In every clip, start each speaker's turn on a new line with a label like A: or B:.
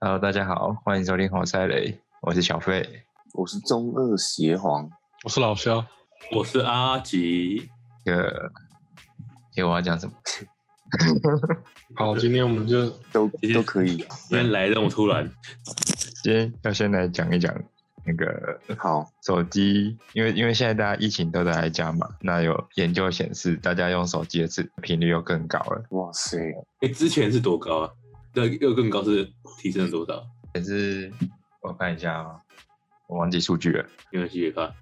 A: Hello，大家好，欢迎收听红赛雷，我是小费。
B: 我是中二邪皇，
C: 我是老肖，
D: 我是阿吉，
A: 这个，给我要讲什么？
C: 好，今天我们就
B: 都
D: 谢谢
B: 都可以。
D: 今天来得这么突然，
A: 今天要先来讲一讲那个
B: 好，
A: 手机，因为因为现在大家疫情都待在家嘛，那有研究显示，大家用手机的次频率又更高了，
B: 哇塞，
D: 哎、之前是多高啊？那又更高是提升了多少？
A: 可是我看一下、哦，我忘记数据了。
D: 没关系，也看。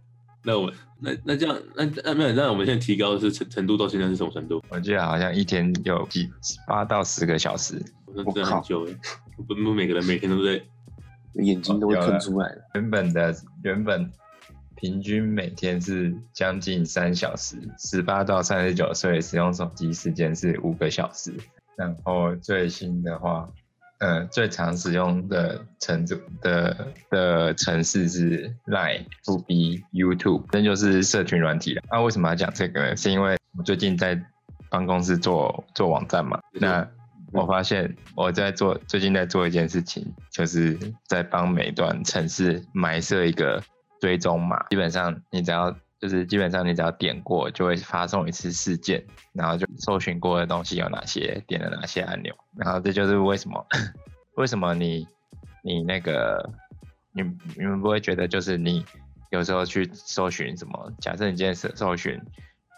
D: 那我那那这样，那那那那我们现在提高的是程程度到现在是什么程度？
A: 我记得好像一天有几八到十个小时，
D: 那
B: 我
D: 真的
B: 靠
D: 很久了，不不每个人每天都在
B: 眼睛都会
A: 有了
B: 喷出来了。
A: 原本的原本平均每天是将近三小时，十八到三十九岁使用手机时间是五个小时，然后最新的话，呃，最常使用的程度的的城市是 Line、FB、YouTube，那就是社群软体了。那、为什么要讲这个呢？是因为我最近在帮公司做做网站嘛，
D: 没错
A: 那。我发现我在做最近在做一件事情，就是在帮每段城市埋设一个追踪码。基本上你只要就是基本上你只要点过，就会发送一次事件，然后就搜寻过的东西有哪些，点了哪些按钮，然后这就是为什么 为什么你你那个你你们不会觉得就是你有时候去搜寻什么？假设你今天搜搜寻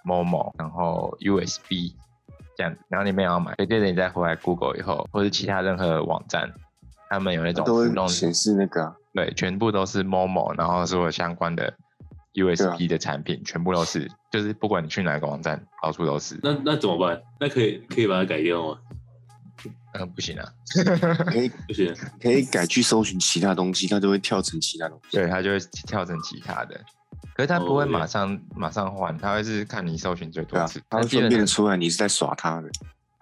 A: 某某，然后 USB 这样，然后你没有要买，所以接着你再回来 Google 以后，或是其他任何网站，他们有那种
B: 都
A: 浮动
B: 会显示那个啊、
A: 对，全部都是 Momo，然后所有相关的
B: 对啊
A: USB 的产品，全部都是，就是不管你去哪个网站，到处都是。
D: 那那怎么办？那可以可以把它改掉吗？
A: 嗯，不行啊，
B: 可以
D: 不行，
B: 可以改去搜寻其他东西，它就会跳成其他东西。
A: 对，它就会跳成其他的。可是它不
D: 哦
A: 会
D: 对
A: 马上、马上换，它会是看你搜寻最
B: 对
A: 多
B: 啊
A: 次。，
B: 它
A: 但
B: 会
A: 基
B: 分
A: 本
B: 辨
A: 上
B: 得出来你是在耍它的。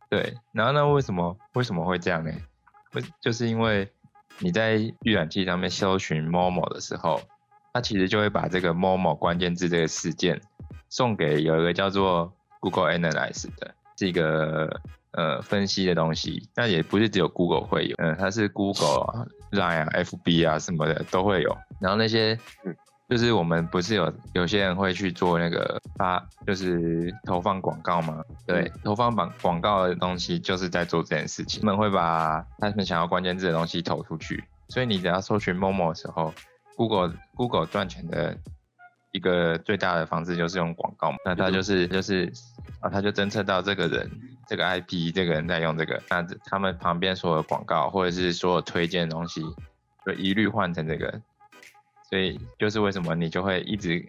A: 对，然后那为什么为什么会这样呢？不就是因为你在浏览器上面搜寻 Momo 的时候，它其实就会把这个 Momo 关键字这个事件送给有一个叫做 Google Analyze 的，是一个呃分析的东西。那也不是只有 Google 会有，嗯、它是 Google 啊、Line 啊、FB 啊什么的都会有。然后那些
B: 嗯
A: 就是我们不是有有些人会去做那个发，就是投放广告吗？对，投放广广告的东西就是在做这件事情，他们会把他们想要关键字的东西投出去，所以你只要搜寻某某的时候，Google Google 赚钱的一个最大的方式就是用广告嘛，那它就是就是啊，它就侦测到这个人这个 IP 这个人在用这个，那他们旁边所有广告或者是所有推荐的东西，就一律换成这个，所以就是为什么你就会一直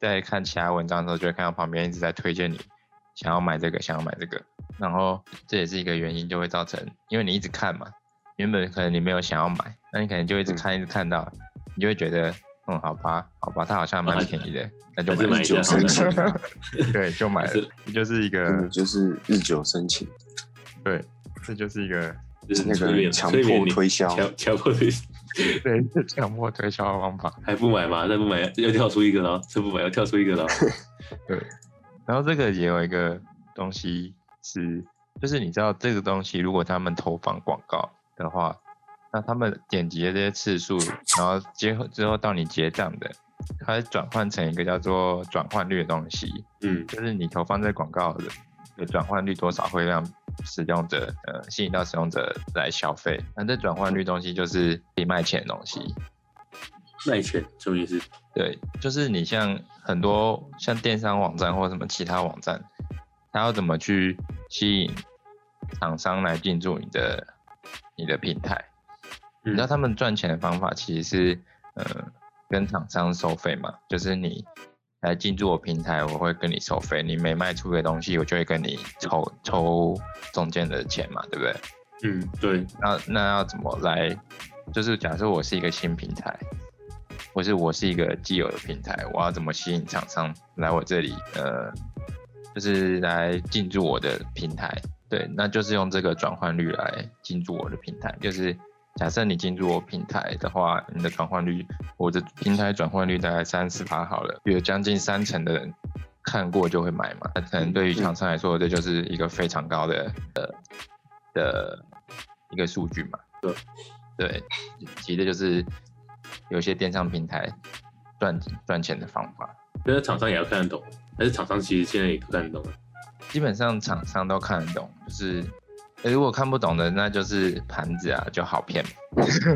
A: 在看其他文章的时候，就会看到旁边一直在推荐你想要买这个，想要买这个，然后这也是一个原因，就会造成因为你一直看嘛，原本可能你没有想要买，那你可能就一
D: 嗯
A: 直看，一直看到，你就会觉得，嗯，好吧，好吧，它好像蛮便宜的，那就
D: 哦还是
A: 买了
D: 买一下
B: 九
D: 好
B: 成
D: 了。
B: 情啊，
A: 对，就买
D: 还是嗯
A: 了，这就是一
B: 真的
A: 个
B: 就是日久生情，
A: 对，这就是一个
D: 就是
B: 那
D: 催
B: 个
D: 眠
B: 强
D: 催眠
B: 迫
D: 你
B: 推销。
D: 强强迫推销
A: 对强迫推销的方法。
D: 还不买吗？再不买要跳出一个了，再不买要跳出一 个了。
A: 然后这个也有一个东西是，就是你知道这个东西，如果他们投放广告的话，那他们点击的这些次数，然后结合之后到你结账的，它会转换成一个叫做转换率的东西，
D: 嗯，
A: 就是你投放在广告的的转换率多少会让使用者呃吸引到使用者来消费。那这转换率东西就是可以卖钱的东西，
D: 卖钱什么意思？
A: 对，就是你像很多像电商网站或什么其他网站，它要怎么去吸引厂商来进驻你的你的平台？你
D: 嗯
A: 知道他们赚钱的方法其实是呃跟厂商收费嘛，就是你来进驻我平台，我会跟你收费，你每卖出的东西，我就会跟你抽抽中间的钱嘛，对不对？
D: 嗯，对，
A: 那那要怎么来？就是假设我是一个新平台，或是我是一个既有的平台，我要怎么吸引厂商来我这里？呃，就是来进驻我的平台。对，那就是用这个转换率来进驻我的平台。就是假设你进驻我平台的话，你的转换率，我的平台转换率大概三十趴好了，有将近三成的人看过就会买嘛。那可能对于厂商来说，这就是一个非常高的呃的一个数据嘛。对，其实就是有一些电商平台赚赚钱的方法。
D: 觉得厂商也要看得懂，但是厂商其实现在也看得懂了。
A: 基本上厂商都看得懂，就是、欸如果看不懂的，那就是盘子啊，就好骗。
D: 更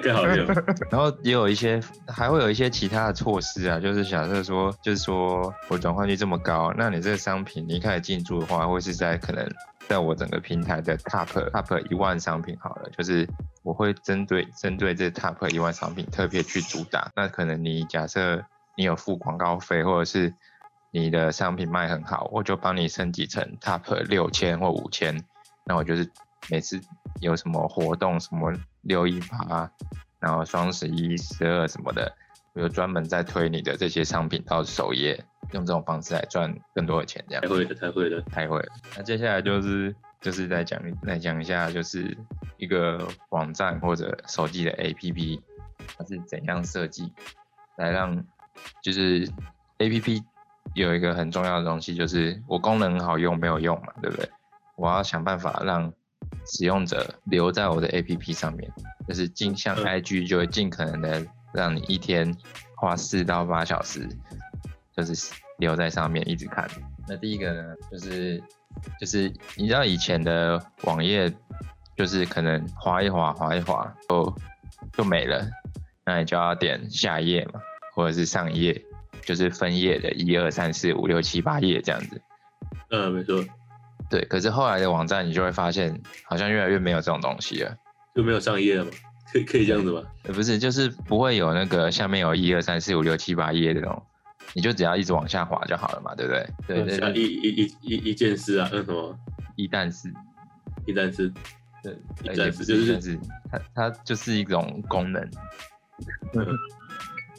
D: 更好用，
A: 然后也有一些，还会有一些其他的措施啊，就是假设说，就是说我转换率这么高，那你这个商品你一开始进驻的话，会是在可能在我整个平台的 top top 一万商品好了，就是我会针对针对这 top 一万商品特别去主打。那可能你假设你有付广告费，或者是你的商品卖很好，我就帮你升级成 top 六千或五千，那我就是每次有什么活动，什么六一八，啊然后双十一、十二什么的，我就专门在推你的这些商品到首页，用这种方式来赚更多的钱，这样
D: 才会的，才会的。
A: 才会。那接下来就是就是再讲来讲一下，就是一个网站或者手机的 APP，它是怎样设计来让就是 APP 有一个很重要的东西，就是我功能很好用没有用嘛，对不对？我要想办法让使用者留在我的 APP 上面，就是尽像
D: 嗯
A: IG 就会尽可能的让你一天花四到八小时，就是留在上面一直看。那第一个呢，就是就是你知道以前的网页，就是可能滑一滑滑一滑就就没了，那你就要点下一页嘛，或者是上一页，就是分页的一二三四五六七八页这样子。
D: 嗯，没错，
A: 对，可是后来的网站你就会发现，好像越来越没有这种东西了。
D: 就没有上页了嘛，可以可以这样子吗？
A: 呃，不是，就是不会有那个下面有一二三四五六七八页这种，你就只要一直往下滑就好了嘛，对不对？对对
D: 像一
A: 对，
D: 一一一一件事啊，那什么
A: 一但是
D: 一单事，
A: 对，
D: 一
A: 而且
D: 站式
A: 呃不
D: 就是
A: 是但是它它就是一种功能，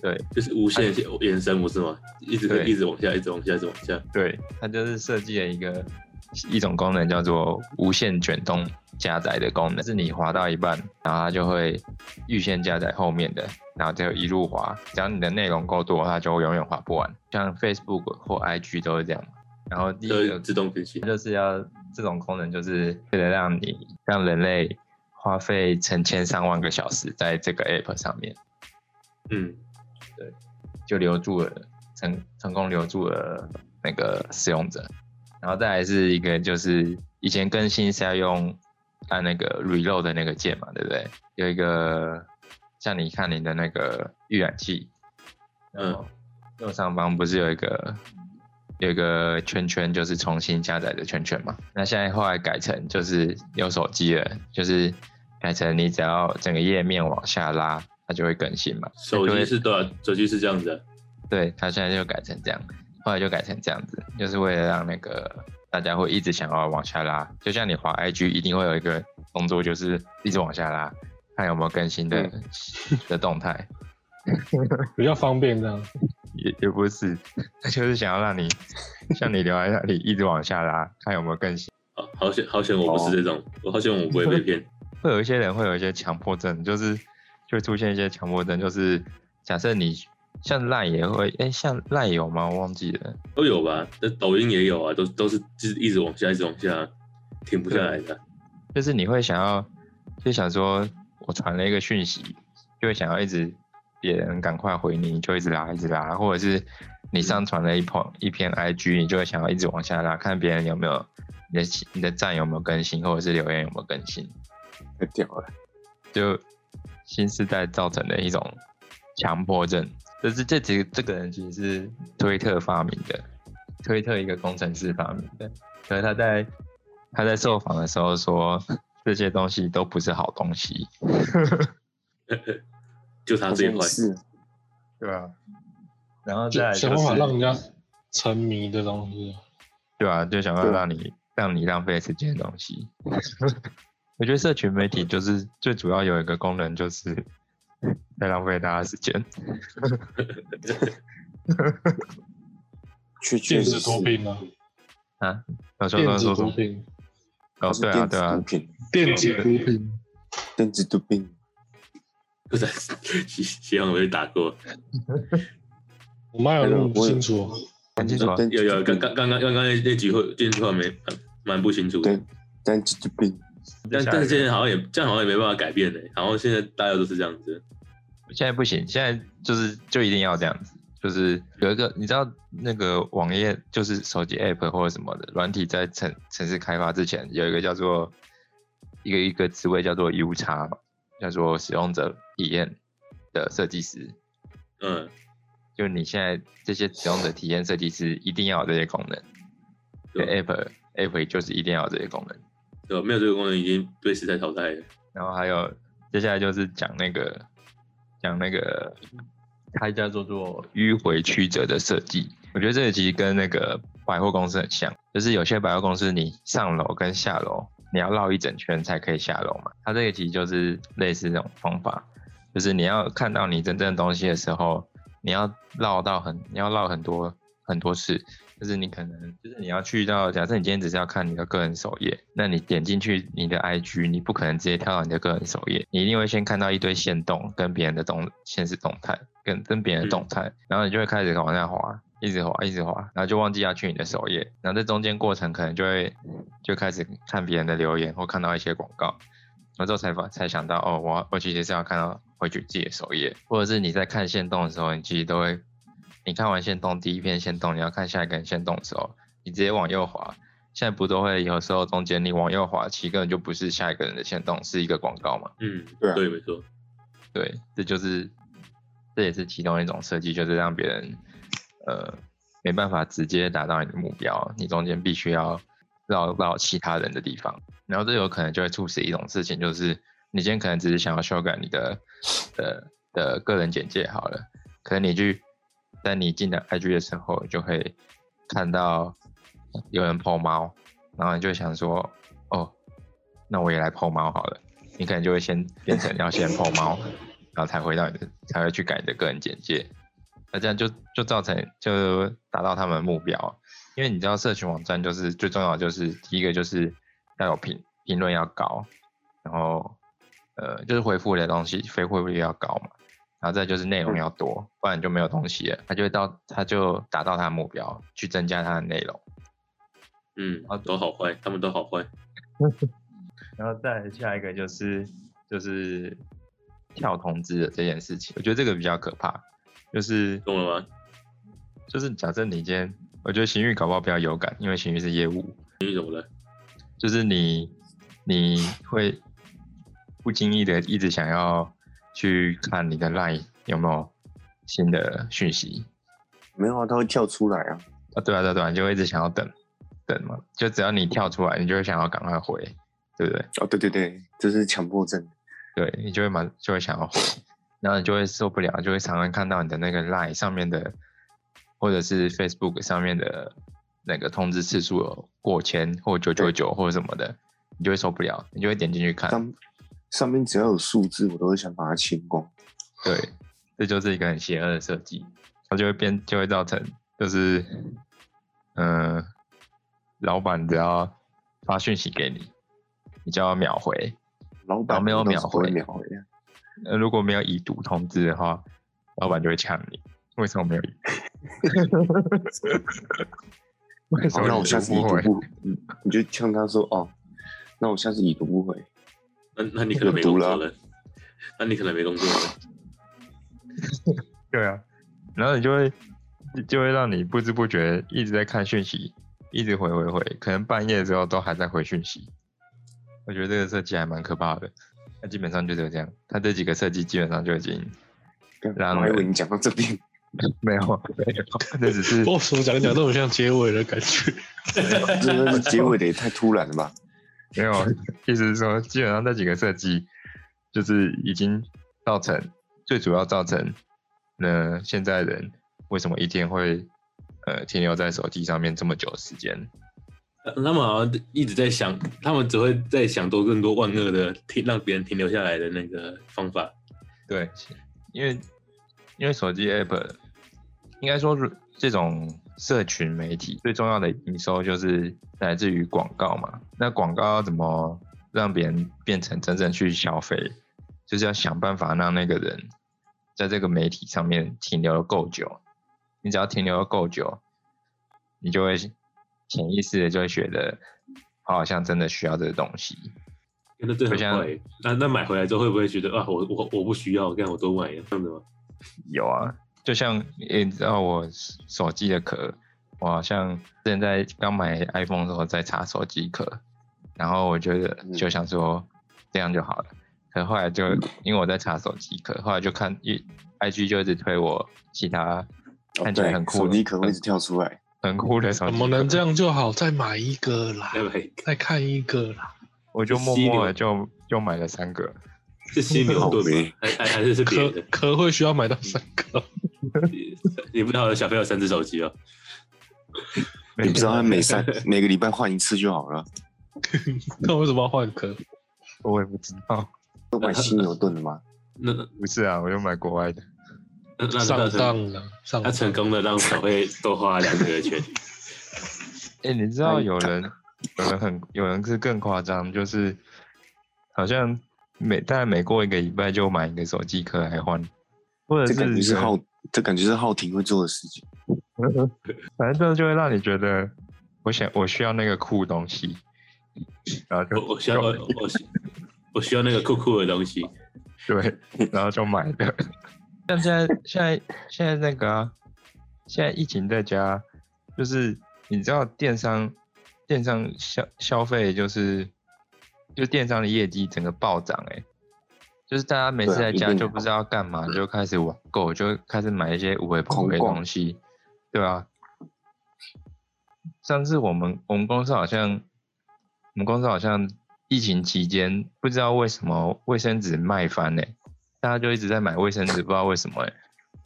A: 对
D: 就是无限延伸，不是吗？一直可以
A: 对
D: 一直往下，一直往下，一直往下。
A: 对，它就是设计了一个一种功能叫做无限卷动加载的功能，是你滑到一半，然后它就会预先加载后面的，然后就一路滑，只要你的内容够多，它就永远滑不完。像 Facebook 或 IG 都是这样嘛。然后第一
D: 就
A: 个
D: 是自动更新，
A: 就是要这种功能，就是为了让你让人类花费成千上万个小时在这个 app 上面，
D: 嗯，
A: 就留住了成成功留住了那个使用者。然后再来是一个就是以前更新是要用按那个 reload 的那个键嘛，对不对？有一个像你看你的那个预览器，
D: 嗯，
A: 右上方不是有一个有一个圈圈，就是重新加载的圈圈嘛？那现在后来改成就是有手机了，就是改成你只要整个页面往下拉，它就会更新嘛。
D: 手
A: 对
D: 机是多少？手机是这样子啊的，
A: 对，它现在就改成这样，后来就改成这样子，就是为了让那个大家会一直想要往下拉，就像你滑 IG 一定会有一个动作，就是一直往下拉，看有没有更新的、的动态。
C: 比较方便这样。
A: 也也不是，他就是想要让你像你留在那里一直往下拉，看有没有更新。
D: 好好险好险，我不是这种，我好险我不会 被骗。
A: 会有一些人会有一些强迫症，就是就会出现一些强迫症，就是假设你像赖也会，哎、像赖有吗？我忘记了。
D: 都有吧？那抖音也有啊，都都是就是一直往下，一直往下，停不下来的。
A: 就是你会想要，就想说我传了一个讯息，就会想要一直别人赶快回你，你就一直拉一直拉，或者是你上传了一篇一篇 IG，你就会想要一直往下拉，看别人有没有你的你的赞有没有更新，或者是留言有没有更新，
B: 太屌了！
A: 就新时代造成的一种强迫症。就是这几个这个人其实是推特发明的，推特一个工程师发明的。可是他在他在受访的时候说，这些东西都不是好东西。
D: 就他
B: 好
D: 最
B: 像
D: 坏
B: 也，是，
A: 对啊，然后
C: 就
A: 再来
C: 想
A: 就
C: 办法让人
A: 是
C: 家沉迷的东西。
A: 对啊，就想要
B: 对
A: 让你让你浪费时间的东西。 我觉得社群媒体就是最主要有一个功能，就是 在浪费大家时间。
B: 确
C: 禁
B: 确
C: 止
B: 实是
C: 毒品啊，
A: 我说
C: 电
A: 说
C: 子
A: 说什
C: 毒
A: 么？
C: 品，
A: 哦，对啊，对啊
B: 毒，品，
C: 电子毒品。
B: 电子毒品，
D: 就在希希望我被打过。
C: 我妈有弄不清
B: 哎
C: 楚，
A: 很清楚啊。
B: 电
D: 有
B: 子毒
D: 有，
B: 品
D: 刚刚刚刚刚刚那那句话那句话没蛮蛮不清楚的
B: 对。电子毒品，
D: 但但是现在好像也这样好像也没办法改变呢、然后现在大家都是这样子，
A: 现在不行，现在就是就一定要这样子，就是有一个你知道那个网页就是手机 app 或者什么的软体在城城市开发之前有一个叫做一个一个职位叫做 U 叉嘛，叫做使用者体验的设计师，
D: 嗯，
A: 就你现在这些使用者体验设计师一定要有这些功能，对
D: 对吧
A: app app 就是一定要有这些功能。
D: 对吧？没有这个功能已经被时代淘汰了。
A: 然后还有接下来就是讲那个讲那个，它叫做做迂回曲折的设计。我觉得这个其实跟那个百货公司很像，就是有些百货公司你上楼跟下楼你要绕一整圈才可以下楼嘛，它这个其实就是类似这种方法，就是你要看到你真正的东西的时候，你要绕到很你要绕很多很多次，就是你可能就是你要去到，假设你今天只是要看你的个人首页，那你点进去你的 IG，你不可能直接跳到你的个人首页，你一定会先看到一堆线动跟别人的动现实动态，跟跟别人的动态，然后你就会开始往下滑。一直滑，一直滑，然后就忘记要去你的首页，然后在中间过程可能就会就开始看别人的留言或看到一些广告，然后之后才发才想到，哦，我我其实是要看到回去自己的首页，或者是你在看线动的时候，你其实都会，你看完线动第一篇线动，你要看下一根线动的时候，你直接往右滑，现在不都会有时候中间你往右滑，其实根本就不是下一个人的线动，是一个广告嘛？
D: 嗯，
B: 对啊
D: 对，没错，
A: 对，这就是这也是其中一种设计，就是让别人呃没办法直接达到你的目标，你中间必须要绕到其他人的地方，然后这有可能就会促使一种事情，就是你今天可能只是想要修改你的的的个人简介好了，可能你去在你进的 IG 的时候，就会看到有人剖猫，然后你就想说，哦，那我也来剖猫好了。你可能就会先变成要先剖猫，然后才回到你的，才会去改你的个人简介。那这样就就造成就达到他们的目标，因为你知道社群网站就是最重要的就是第一个就是要有评评论要高，然后呃就是回复你的东西回复率要高嘛，然后再就是内容要多，不然就没有东西了，他就会到他就达到他的目标，去增加他的内容。
D: 嗯
A: 好，
D: 都好坏，他们都好坏，
A: 然后再来下一个就是就是跳通知的这件事情，我觉得这个比较可怕，就是
D: 懂了吗？
A: 就是假设你今天，我觉得行运搞不好比较有感，因为行运是业务，
D: 你怎么了？
A: 就是你你会不经意的一直想要去看你的 LINE 有没有新的讯息，
B: 没有啊，它会跳出来啊。
A: 啊，对啊，对啊，对啊，你就会一直想要等等嘛，就只要你跳出来，你就会想要赶快回，对不对？
B: 哦，对对对，这是强迫症。
A: 对你就会蛮就会想要回，然后你就会受不了，就会常常看到你的那个 Line 上面的，或者是 Facebook 上面的那个通知次数有过千或九九九或者什么的，你就会受不了，你就会点进去看。
B: 上上面只要有数字，我都会想把它清光。
A: 对，这就是一个很邪恶的设计，它就会变，就会造成就是，嗯、老板只要发讯息给你，你就要秒回，
B: 老板
A: 啊没有
B: 都是
A: 秒
B: 不
A: 回
B: 会秒回啊，
A: 呃，如果没有已读通知的话，老板就会呛你。为什么没有已读？ 为什
B: 哎好，
A: 么
B: 那我
A: 你
B: 下
A: 都
B: 次已
A: 不
B: 读
A: 回？
B: 不，你你就呛他说哦，那我下次已读不回。
D: 那那你可能没工作了，那你可能没工作了，
A: 对啊，然后你就会就会让你不知不觉一直在看讯息，一直回回回，可能半夜之后都还在回讯息。我觉得这个设计还蛮可怕的。那基本上就是这样，它这几个设计基本上就已经
B: 干
A: 然
B: 我还以为你讲到这边，
A: 没有没 有，这只是
C: 不知道怎么讲一讲都很像结尾的感觉。
B: 真的是结尾的也太突然了吧？
A: 没有， 意思是说，基本上这几个设计就是已经造成最主要造成，呃，现在人为什么一天会呃停留在手机上面这么久的时间？
D: 他们好像一直在想，他们只会在想多更多万恶的停让别人停留下来的那个方法。
A: 对，因为因为手机 app 应该说是这种社群媒体最重要的营收就是来自于广告嘛。那广告要怎么让别人变成真正去消费，就是要想办法让那个人在这个媒体上面停留得够久。你只要停留得够久，你就会潜意识的就会觉得，我好像真的需要这个东西。
D: 那真的
A: 就
D: 很
A: 像
D: 坏。那那买回来之后会不会觉得啊，我我我不需要，干我多买了这样子吗？
A: 有啊，
B: 嗯
A: 就像诶你知道我手机的壳，我好像之前在刚买 iPhone 的时候在查手机壳，然后我觉得
B: 嗯
A: 就想说这样就好了，可后来就因为我在查手机壳，后来就看一 IG 就一直推我其他
B: 哦
A: 看起来
B: 对
A: 很，酷
B: 手
A: 的
B: 机壳会一直跳出来，
A: 很酷的手
C: 怎
A: 机，
C: 么能这？样就好？再买一个啦，
D: 再买一个，
C: 再看一个啦。
A: 我就默默的就就买了三个，
D: 是犀牛
B: 好
D: 盾吗
B: 没？
D: 还还还是是别
C: 壳
D: 的？
C: 壳会需要买到三个，
D: 你不知道小朋友三只手机哦，
B: 你不知道他每三每个礼拜换一次就好了。
C: 那为什么要换壳？
A: 我也不知道，
B: 都买犀牛盾了吗？
D: 那那
A: 不是啊，我就买国外的，
D: 那那
C: 上
D: 那成
C: 当了，上
D: 他
C: 当
D: 成功的让小慧多花两个钱，
A: 哎、你知道有人有人很有人是更夸张，就是好像每大概每过一个礼拜就买一个手机壳来换，或者
B: 这感
A: 是
B: 觉是
A: 有
B: 浩，这感觉是浩廷会做的事情。
A: 反正这就会让你觉得我想我需要那个酷东西，然后
D: 我
A: 就
D: 我需要我我需我需要那个酷酷的东西，
A: 对，然后就买的。 像现在现在现在那个啊，现在疫情在家，就是你知道电商电商消消费就是就电商的业绩整个暴涨哎、就是大家每次
B: 对啊
A: 在
B: 一
A: 家
B: 定的
A: 就不知道干嘛，就开始网购，就开始买一些无为不
B: 狂
A: 为的
B: 逛
A: 东西，对啊。上次我们我们公司好像，我们公司好像疫情期间不知道为什么卫生纸卖翻嘞、欸大家就一直在买卫生纸，不知道为什么哎、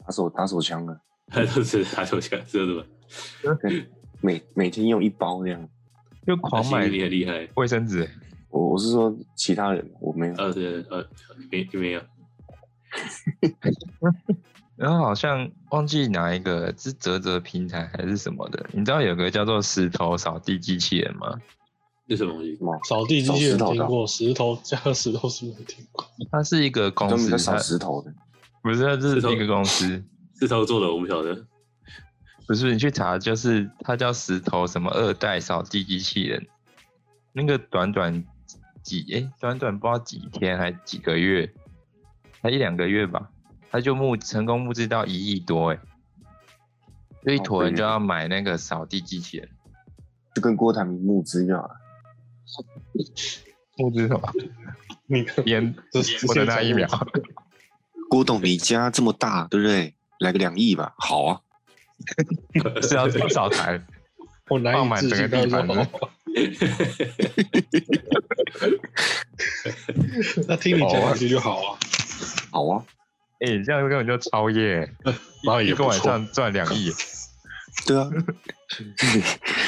B: 打手打手枪的，
D: 他都是打手枪，知道吗？
B: 每每天用一包那样。
A: 就狂
D: 吸
A: 买
D: 引力很厉害。
A: 卫生纸、欸。
B: 我我是说其他人，我没有。
D: 呃，对，呃，没没有，
A: 然后好像忘记哪一个是泽泽平台还是什么的，你知道有个叫做石头扫地机器人吗？
D: 这什么东西？
C: 扫地机器人
B: 扫石头的
C: 听过，石头加石头是没听过。
A: 它是一个公
B: 专门
A: 司，
B: 在
A: 它
B: 扫石头的，
A: 不是，它
D: 石
A: 是
D: 头
A: 一个公司，
D: 是操作的，我不晓得。
A: 不是你去查，就是它叫石头什么二代扫地机器人，那个短短几哎、短短不知道几天还几个月，才一两个月吧，它就募成功募资到一亿多哎、就一坨人就要买那个扫地机器人，
B: 就跟郭台铭募资就好了。
A: 募资什么？
C: 你看，
A: 烟
C: 这是
A: 我的那一秒，
B: 郭董，你家这么大，对不对？来个两亿吧，好啊。
A: 是要少台，
C: 我难
A: 放
C: 以
A: 满
C: 置
A: 整个地
C: 信到
A: 板
C: 说
A: 了。
C: 那听你讲下去就好啊。
B: 好啊，
A: 哎、你这样根本就超越，
C: 然后
A: 一
C: 也
A: 个
C: 不
A: 晚
C: 错，
A: 上赚两亿，
B: 对 啊，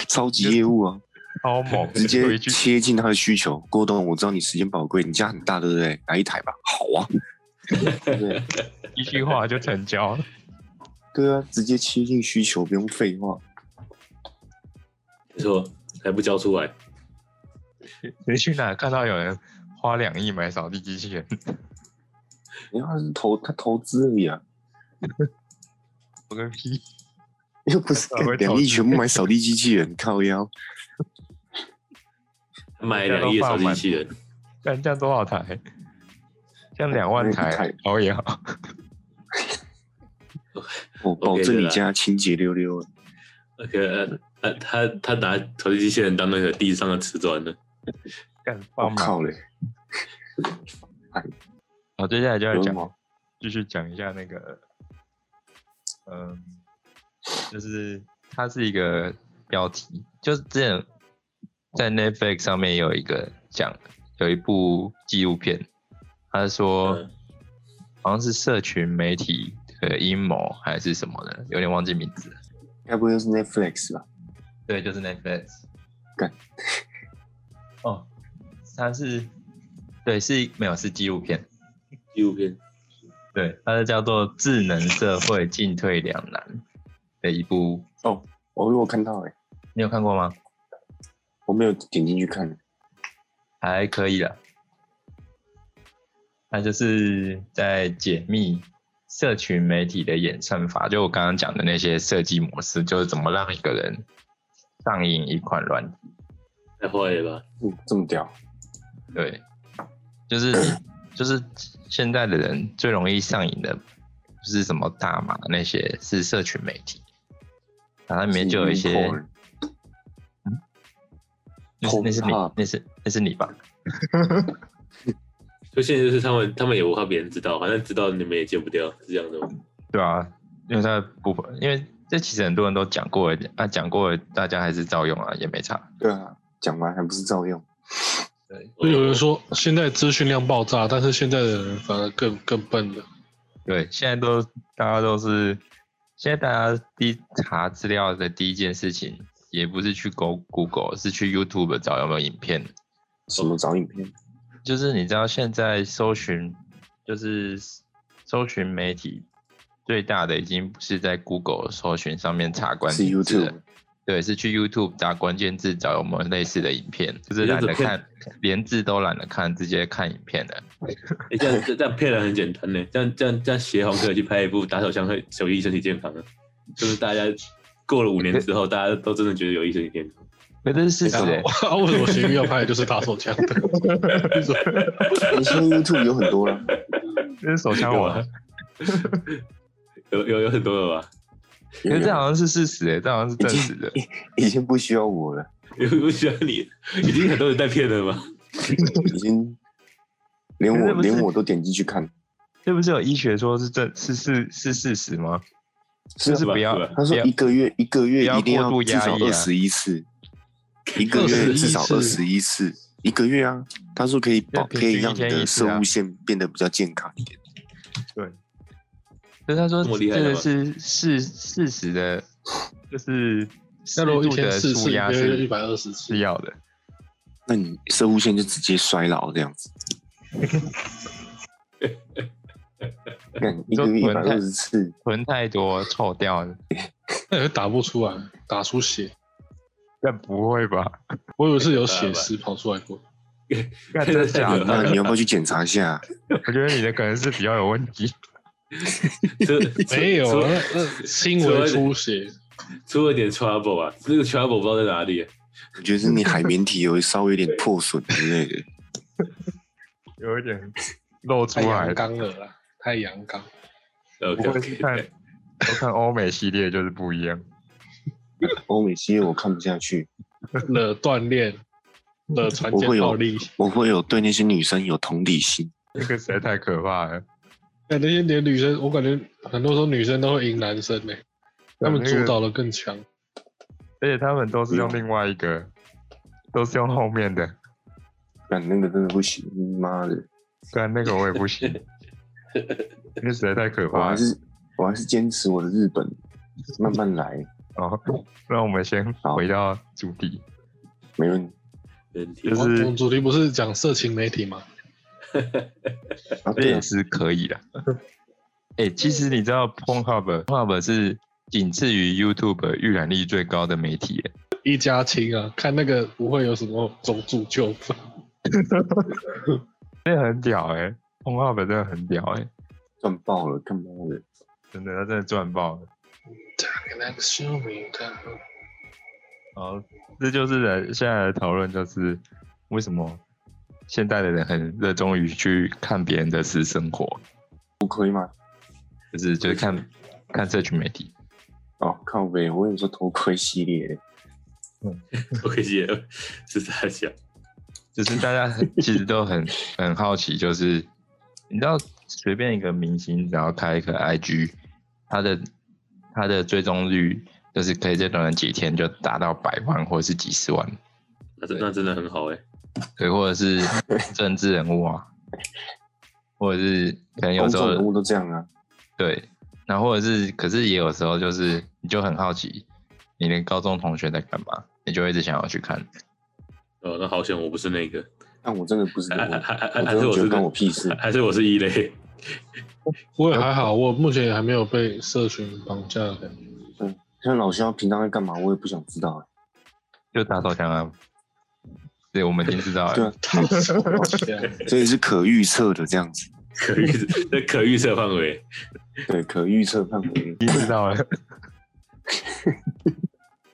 B: 超级业务啊，
A: 超猛！
B: 直
A: 有一
B: 接
A: 句
B: 切进他的需求。郭董，我知道你时间宝贵，你家很大，对不对？来一台吧，好啊。对
A: 一句话就成交。
B: 对啊，直接切进需求，不用废话。
D: 没错，还不交出来，
A: 你去哪看到有人花两亿买扫地机器人？
B: 因哎为他是投他投资而已啊，
A: 我个屁！
B: 又不是
A: 他会投资
B: 两亿全部买扫地机器人，靠腰。
D: 买两亿的扫地机器人，
A: 干这样多少台？像两万
B: 那
A: 台
B: 个，
A: 哦也好，
B: 我哦保证你家清洁溜溜啊的。
D: 而且呃，他他拿扫地机器人当那个地上的瓷砖呢。
A: 干
B: 我
A: 爆满。
B: 靠嘞！
A: 好，接下来就要
B: 有什
A: 讲
B: 么
A: 继续讲一下那个，嗯，就是它是一个标题，就是之前在 Netflix 上面有一个讲有一部纪录片，他
C: 哦
A: 说、
D: 嗯
A: 好像是社群媒体的阴谋还是什么的，有点忘记名字了。
B: 该不会又是 Netflix 吧？
A: 对，就是 Netflix。
B: 干。
A: 哦，它是，对，是没有是纪录片，
D: 纪录片，
A: 对，它是叫做《智能社会进退两难》的一部，
B: 哦，我看到哎、
A: 你有看过吗？
B: 我没有点进去看。
A: 还可以啦。它就是在解密社群媒体的演算法，就我刚刚讲的那些设计模式，就是怎么让一个人上瘾一款软体。
D: 太坏了吧？
B: 嗯，这么屌，
A: 对，就是就是现在的人最容易上瘾的，不是什么大麻那些，是社群媒体，然后里面就有一些，那是那是你
B: Pornhub，
A: 那是那是你吧？
D: 就现在就是他们，他们也不怕别人知道，反正知道你们也戒不掉，是这样的吗？
A: 对啊，因为它不，因为这其实很多人都讲过了啊，讲过了，大家还是照用啊，也没差。
B: 对啊，讲完还不是照用？
C: 所以有人说现在资讯量爆炸，但是现在的人反而更更笨了。
A: 对，现在都大家都是，现在大家第一查资料的第一件事情，也不是去 Go Google，是去 YouTube 找有没有影片。
B: 什么找影片？
A: 就是你知道现在搜寻，就是搜寻媒体最大的已经不是在 Google 搜寻上面查哦关
B: 是
A: 键字了
B: YouTube。
A: 对，是去 YouTube 打关键字找有没有类似的影片，就是懒得看，连字都懒得看，直接看影片了。
D: 哎、这样这这样骗人很简单呢，这样这样这样协红可以去拍一部打手枪会有益身体健康啊，就是大家过了五年之后，大家都真的觉得有益身体健康。
A: 可这是事实、
B: 对
A: 欸，
C: 啊，为什么咸鱼要拍的就是打手枪 的？为什么
B: 欸现在 YouTube 有很多啊了，
A: 这是手
B: 啊
A: 枪王。
D: 啊有有有很多了吧？
A: 可是这好像是事实、欸，这好像是
B: 啊已
A: 真实
B: 经
A: 的。
B: 已经不需要我了，
D: 有有需要你，已经很多人在骗了 吧？
B: 已经连
A: 可是
B: 我
A: 不是
B: 连我都点进去看，
A: 这不是有医学说是这是是是事实吗？
B: 是啊
A: 就是不要
D: 是吧
B: 他
A: 不
B: 说
A: 要
B: 一个月一个月
A: 不要
B: 一定
A: 过度
B: 至
A: 压
B: 少
A: 抑啊
B: 二十一次，一个月
C: 21
B: 至少
C: 次
B: 二十一次，一个月啊。他说可以保
A: 要平
B: 可
A: 均
B: 以让你
A: 一天一
B: 的
A: 次
B: 射
A: 啊
B: 物线变得比较健康一点，
A: 就是他说
D: 这么
A: 这
D: 厉害的
A: 个
D: 吗
A: 是事事实的，就是
C: 那如果
A: 适
C: 一
A: 度
C: 天
A: 的
C: 四
A: 舒
C: 次，一
A: 压
C: 个月一
A: 是
C: 百二十次
A: 是，要的。
B: 那你射物线就直接衰老这样 子。看一
A: 说
B: 个月一
A: 臀
B: 百
A: 太
B: 二十次，
A: 囤太多臭掉了，
C: 那也打不出来，打出血。
A: 但不会吧？
C: 我以为是有血丝跑出来过。
A: 干真的假的？
B: 那你要不要去检查一下？
A: 我觉得你的可能是比较有问题。
D: 这
C: 没有，
D: 出
C: 啊，那那轻微出血，
D: 出了点 trouble 啊，这个 trouble 不知道在哪里。
B: 我觉得是你海绵体有稍微有点破损之类的。
A: 有一点露出
C: 太
A: 来
C: 阳
A: 了。
C: 刚了啦，太阳刚。
A: 不
D: OK
A: 过是
D: OK，
A: 看我看欧美系列就是不一样，
B: 欧美系列我看不下去，
C: 了锻炼，了传
B: 我
C: 简
B: 会有
C: 暴力，
B: 我会有对那些女生有同理心。
A: 那个实在太可怕了。
C: 哎，那些连女生，我感觉很多时候女生都会赢男生呢、 他们主导的更强。
A: 啊而且他们都是用另外一个，都是用后面的，
B: 干那个真的不行，妈的！
A: 但那个我也不行，因 为实在太可
B: 我
A: 怕
B: 还
A: 了。
B: 是我还是坚持我的日本，慢慢来，
A: 哦，那我们先
B: 好
A: 回到主题，
B: 没问题。
D: 问题
A: 就
C: 我
A: 是
C: 们主题不是讲色情媒体吗？
B: 啊，
A: 这
B: 对啊
A: 也，是可以的。哎、其实你知道 Pornhub，Pornhub 是仅次于 YouTube 浏览率最高的媒体耶，
C: 一家亲啊，看那个不会有什么种族纠 纷。
A: 这很屌哎、Pornhub 真的很屌哎、
B: 赚爆了，干妈的！
A: 真的，他真的赚爆了。好，这就是人现在的讨论，就是为什么现代的人很热衷于去看别人的私生活，
B: 不亏吗？
A: 就是就是看看社群媒体。
B: 哦，靠呗！我跟你说，头盔系列，
D: OK 姐是在讲，
A: 就是大家很其实都很很好奇，就是你知道随便一个明星只要开一个 IG，他的他的追踪率就是可以在短短几天就达到百万或者是几十万，
D: 那真那真的很好哎、
A: 对，或者 是政治人物啊，或者是可能有
B: 公
A: 时候
B: 众人物都这样啊。
A: 对，然后或者是可是也有时候就是你就很好奇，你的高中同学在干嘛，你就一直想要去看。
D: 哦，那好险我不是那个，
B: 但我真的不是这
D: 还还
B: 样，
D: 还还
B: 我
D: 还
B: 真
D: 是
B: 的
D: 我
B: 觉
D: 是
B: 得关我屁事
D: 还。还是我是一类。
C: 我也还好，我目前也还没有被社群绑架的。
B: 像老肖平常在干嘛，我也不想知道啊。
A: 就打手枪啊。对，我哎们已经知道
B: 对
A: 了。
B: 啊，
C: 他手枪，
B: 所以是可预测的这样子。
D: 可预那可预测范围。
B: 对，可预测范围。
A: 已经知 道了。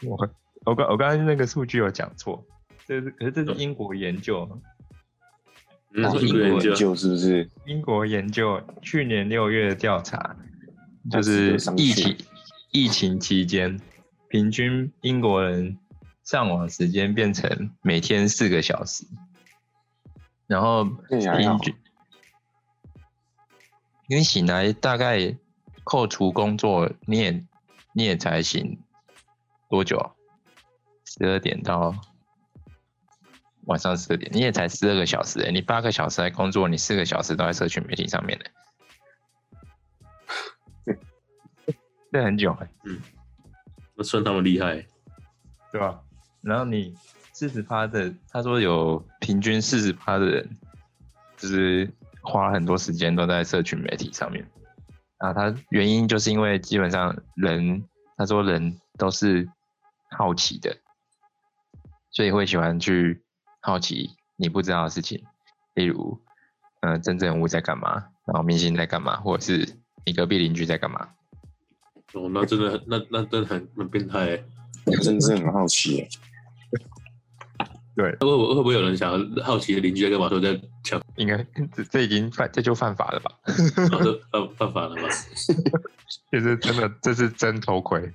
A: 我我刚我刚才那个数据有讲错，这是可是这是英国研究，
D: 你
B: 哦
D: 说英
B: 英
D: 国人
B: 国
D: 就
B: 就是不是？
A: 英国研究去年六月的调查，就是
B: 那值得商榷
A: 疫情疫情期间，平均英国人上网时间变成每天四个小时，然后
B: 那也还好
A: 平均因为醒来大概扣除工作，你也你也才醒多久啊？十二点到晚上十二点，你也才十二个小时、欸，你八个小时在工作，你四个小时都在社群媒体上面呢、欸 这很久、欸，
D: 那算他们厉害，
A: 对吧、然后你四十趴的，他说有平均四十趴的人，就是花很多时间都在社群媒体上面。啊，他原因就是因为基本上人，他说人都是好奇的，所以会喜欢去好奇你不知道的事情，例如，呃，真正物在干嘛，然后明星在干嘛，或者是你隔壁邻居在干嘛。
D: 哦，那真的很，那那真的很很变态欸。
B: 真是很好奇耶。
A: 对，
D: 会不会会不会有人想要好奇邻居在干嘛，都在抢，
A: 应该这这已经犯，这就犯法了吧？
D: 然后就犯犯法了吧？
A: 就是真的，这是真头盔。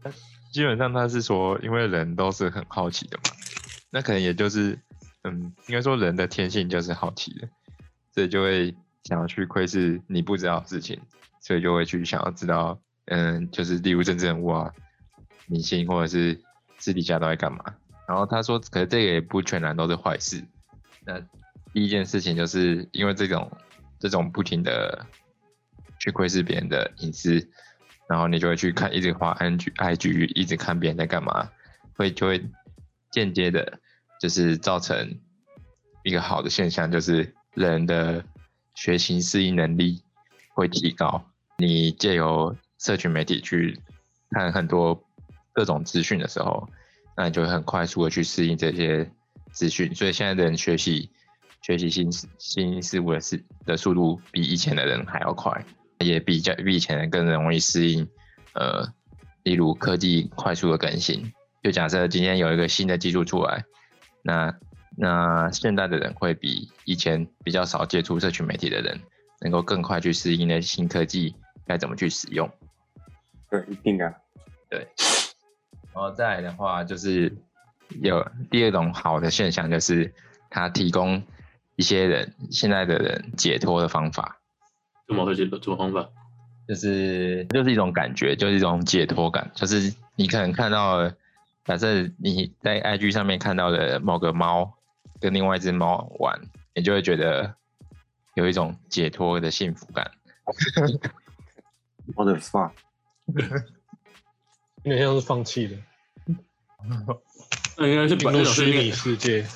A: 基本上他是说，因为人都是很好奇的嘛，那可能也就是，嗯，应该说人的天性就是好奇的，所以就会想要去窥视你不知道的事情，所以就会去想要知道，嗯，就是例如政治人物啊、明星或者是私底下都在干嘛。然后他说，可是这个也不全然都是坏事。那第一件事情就是因为这种这种不停的去窥视别人的隐私，然后你就会去看，一直滑 I G I G，一直看别人在干嘛，会就会间接的，就是造成一个好的现象，就是人的学习适应能力会提高。你借由社群媒体去看很多各种资讯的时候，那你就会很快速的去适应这些资讯。所以现在的人学习学习新事新事物的事的速度比以前的人还要快，也比较比以前人更容易适应。呃，例如科技快速的更新，就假设今天有一个新的技术出来，那那现在的人会比以前比较少接触社群媒体的人，能够更快去适应那些新科技该怎么去使用。
B: 对，一定啊。
A: 然后再来的话，就是有第二种好的现象，就是它提供一些人现在的人解脱的方法，
D: 怎么会觉得怎么方法？
A: 就是就是一种感觉，就是一种解脱感，就是你可能看到了，假设你在 IG 上面看到的某个猫跟另外一只猫玩，你就会觉得有一种解脱的幸福感。
B: 我的 fuck，
C: 有点像是放弃的，
D: 那应该是
C: 进
D: 把那
C: 入
D: 种是
C: 虚
D: 应
C: 拟
D: 该
C: 世界。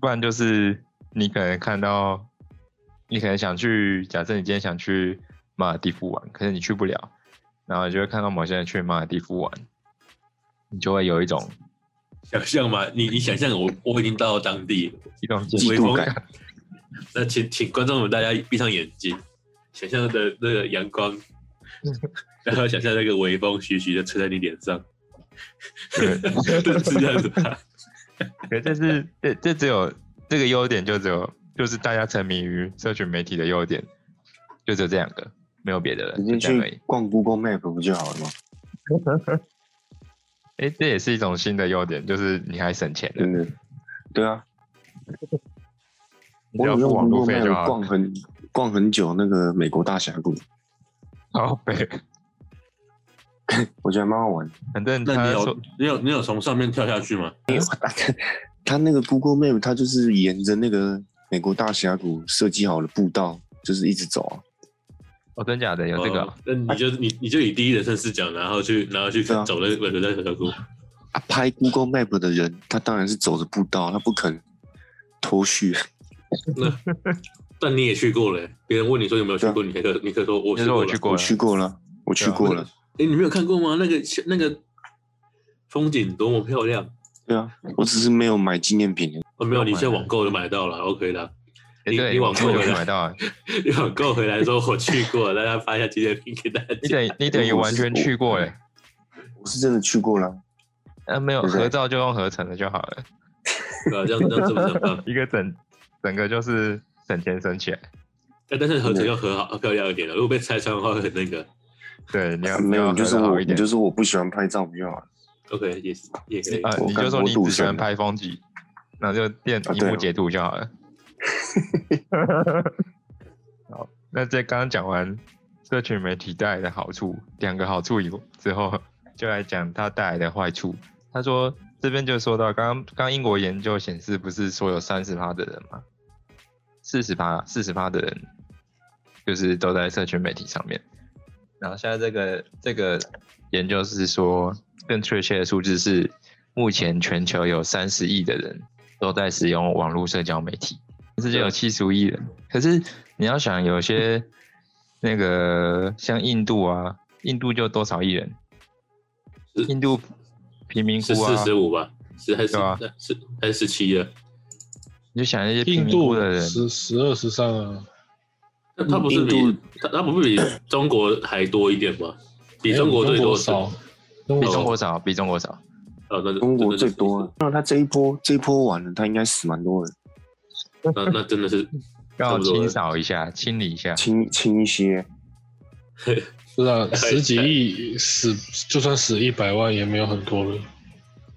A: 不然就是你可能看到，你可能想去，假设你今天想去马尔地夫玩，可是你去不了，然后你就会看到某些人去马尔地夫玩，你就会有一种
D: 想象嘛，你你想象我我已经到当地了，
A: 一种
B: 嫉
D: 微
B: 妒
D: 风
B: 感。
D: 那请请观众们大家闭上眼睛，想象的那个阳光，
A: 嗯
D: 然后想象那个微风徐徐的吹在你脸 上，
A: 对
D: 是这样子吧？
A: 可这是这这只有这个优点，就只有就是大家沉迷于社群媒体的优点，就只有这两个，没有别的了，
B: 直
A: 就
B: 接
A: 这样而
B: 去
A: 已。
B: 逛 Google Map 不就好了吗？
A: 哎、这也是一种新的优点，就是你还省钱了
B: 真，的。对啊，
A: 你只
B: 我
A: 要
B: 有
A: 付
B: 用
A: 网路
B: Google
A: 费就
B: Map
A: 好
B: 逛
A: 了。
B: 很逛很久那个美国大峡谷，
A: 好呗，
B: 我觉得还蛮好玩。
A: 反正
D: 那
A: 他
D: 你
A: 说
D: 有你有你有从上面跳下去吗？
B: 它那个 Google Map 它就是沿着那个美国大峡谷设计好的步道，就是一直走啊。
A: 哦，真假的有这个啊、
D: 哦那你就你你就以第一人称视角，然后去然后去
B: 对啊
D: 走那个在小峡谷，
B: 啊，拍 Google Map 的人，他当然是走着步道，他不肯脱序。
D: 但你也去过了，别人问你说有没有去过，你可以你可以说我
A: 就
D: 去
A: 是
D: 过
A: 我
D: 了
A: 去。过
B: 我
A: 了，啊
B: 去过了，我去过了。
D: 哎，你没有看过吗？那个那个风景多么漂亮！
B: 对啊，我只是没有买纪念品。
D: 哦，没有，
A: 不用
D: 你现在
A: 买了
D: 网购就买到了，OK 的。
A: 哎
D: 你
A: 对，
D: 你
A: 我
D: 网
A: 根
D: 购
A: 本就
D: 回
A: 没
D: 来
A: 买，到、啊，
D: 你网购回来说我去过了，大家发一下纪念品给大
A: 你
D: 家。
A: 等于你等于完全去过 哎、
B: 我是真的去过了，
A: 呃那、没有
B: 对不对
A: 合照就用合成的就好了，
D: 对啊，这样这样是不是很棒？
A: 一个整整个就是省钱省起来。
D: 但但是合成要合好漂亮一点的，如果被拆穿的话会很那个。
A: 对，你要
B: 没有，
A: 要
B: 你就
A: 合
B: 说
A: 得好
B: 我，
A: 一
B: 你
A: 点
B: 就说我不喜欢拍照不啊就好了？
D: OK，也是也可以。
A: 啊，
B: 我
A: 你
B: 干
A: 就说
B: 我
A: 你
B: 赌
A: 只喜欢
B: 神
A: 拍风景，那就电
B: 啊
A: 荧
B: 对
A: 幕
B: 哦
A: 截图就好 了。好，那这刚刚讲完社群媒体带来的好处，两个好处以后之后，就来讲它带来的坏处。他说这边就说到，刚刚刚英国研究显示，不是说有三十趴的人嘛，四十趴四十趴的人就是都在社群媒体上面。然后现在这个这个研究是说，更确切的数字是，目前全球有三十亿的人都在使用网络社交媒体，世界有七十五亿人。可是你要想，有些那个像印度啊，印度就多少亿人？
D: 是
A: 印度贫民
D: 是
A: 窟
D: 四
A: 啊，
D: 十五吧？是还是
A: 对啊
D: 是还是十七啊了？
A: 你就想那些贫
C: 印
A: 民窟
C: 度
A: 的人，
C: 十十二十三啊，
D: 那他不是
B: 印
D: 比
B: 度
D: 他他不是比中国还多一点吗？比
C: 没有
D: 中国最多是
C: 少，哎中
A: 比中
C: 国少
A: 国少，比中国少。
D: 哦，那
B: 中国
D: 那
B: 最多啊。那他这一波这一波完了，他应该死蛮多人，
D: 那那真的是
A: 刚好
D: 差不多了
A: 清扫一下，清理一下。
B: 轻轻一些。
C: 是啊，十几亿死就算死一百万也没有很多了，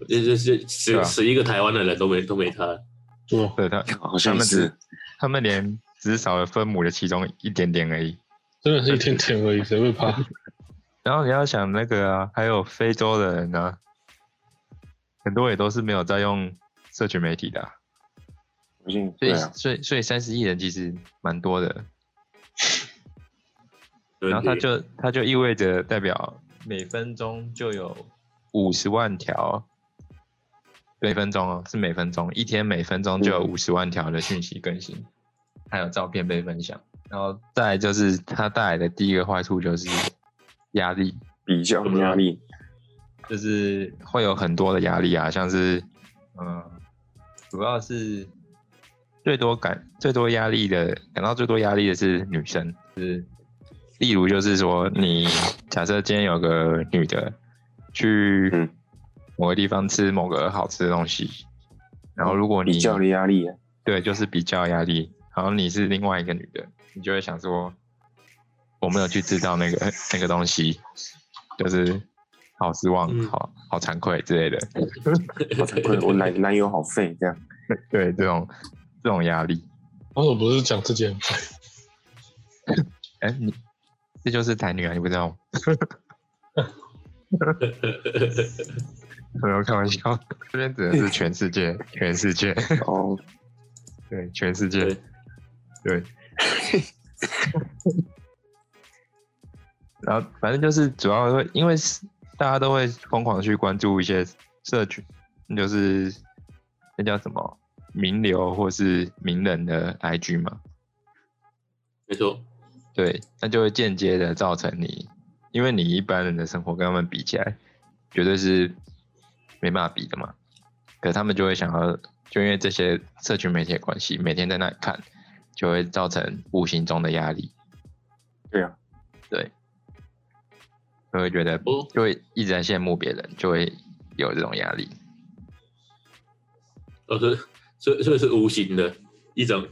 D: 这这是
A: 对啊
D: 十十一个台湾的人都没都没他，
C: 对啊吧？
A: 对他，
B: 好像
A: 他们
B: 是
A: 只，他们连只少了分母的其中一点点而已。
C: 真的是一天天而已，谁会怕？
A: 然后你要想那个啊，还有非洲的人啊，很多也都是没有在用社群媒体的啊、
B: 好像
A: 所以、
B: 对啊，
A: 所以所以三十亿人其实蛮多的。
D: 然
A: 然后它就它就意味着代表每分钟就有五十万条，每分钟哦，是每分钟，一天每分钟就有五十万条的讯息更新，还有照片被分享。然后再来就是它带来的第一个坏处就是压力，
B: 比较压力，
A: 嗯就是会有很多的压力啊，像是嗯，主要是最多感最多压力的，感到最多压力的是女生，就是例如就是说，你假设今天有个女的去
B: 嗯
A: 某个地方吃某个好吃的东西，然后如果你
B: 比较的压 力啊，
A: 对，就是比较压力。然后你是另外一个女的，你就会想说，我没有去制造那个那个东西，就是好失望、
D: 嗯
A: 好好惭愧之类的。
B: 好惭愧，我男男友好废这样。
A: 对，这种这种压力，
C: 我怎么不是讲自己很废？
A: 哎，你这就是台女啊，你不知道吗？ 没有开玩笑，这边指的是全世界，全世界，
B: 哦，
A: 对，全世界
D: 对，
A: 对。 然后反正就是主要会，因为是大家都会疯狂去关注一些社群，就是那叫什么名流或是名人的 IG 嘛，
D: 没错，
A: 对，那就会间接的造成你，因为你一般人的生活跟他们比起来，绝对是没办法比的嘛。可他们就会想要，就因为这些社群媒体的关系，每天在那里看，就会造成无形中的压力，
B: 对啊，
A: 就会觉得
D: 哦，
A: 就会一直在羡慕别人，就会有这种压力。
D: 哦是，所以所以是无形的一种，